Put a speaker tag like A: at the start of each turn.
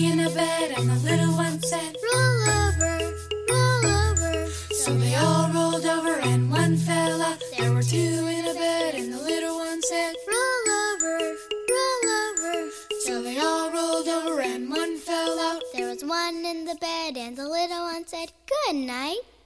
A: And the little one said,
B: Roll over, roll over.
A: So they all rolled over and one fell off. There
B: There
A: were two in a bed, and the little one said,
B: Roll over, roll over.
A: So they all rolled over and one fell out.
B: There was one in the bed, and the little one said, Good night.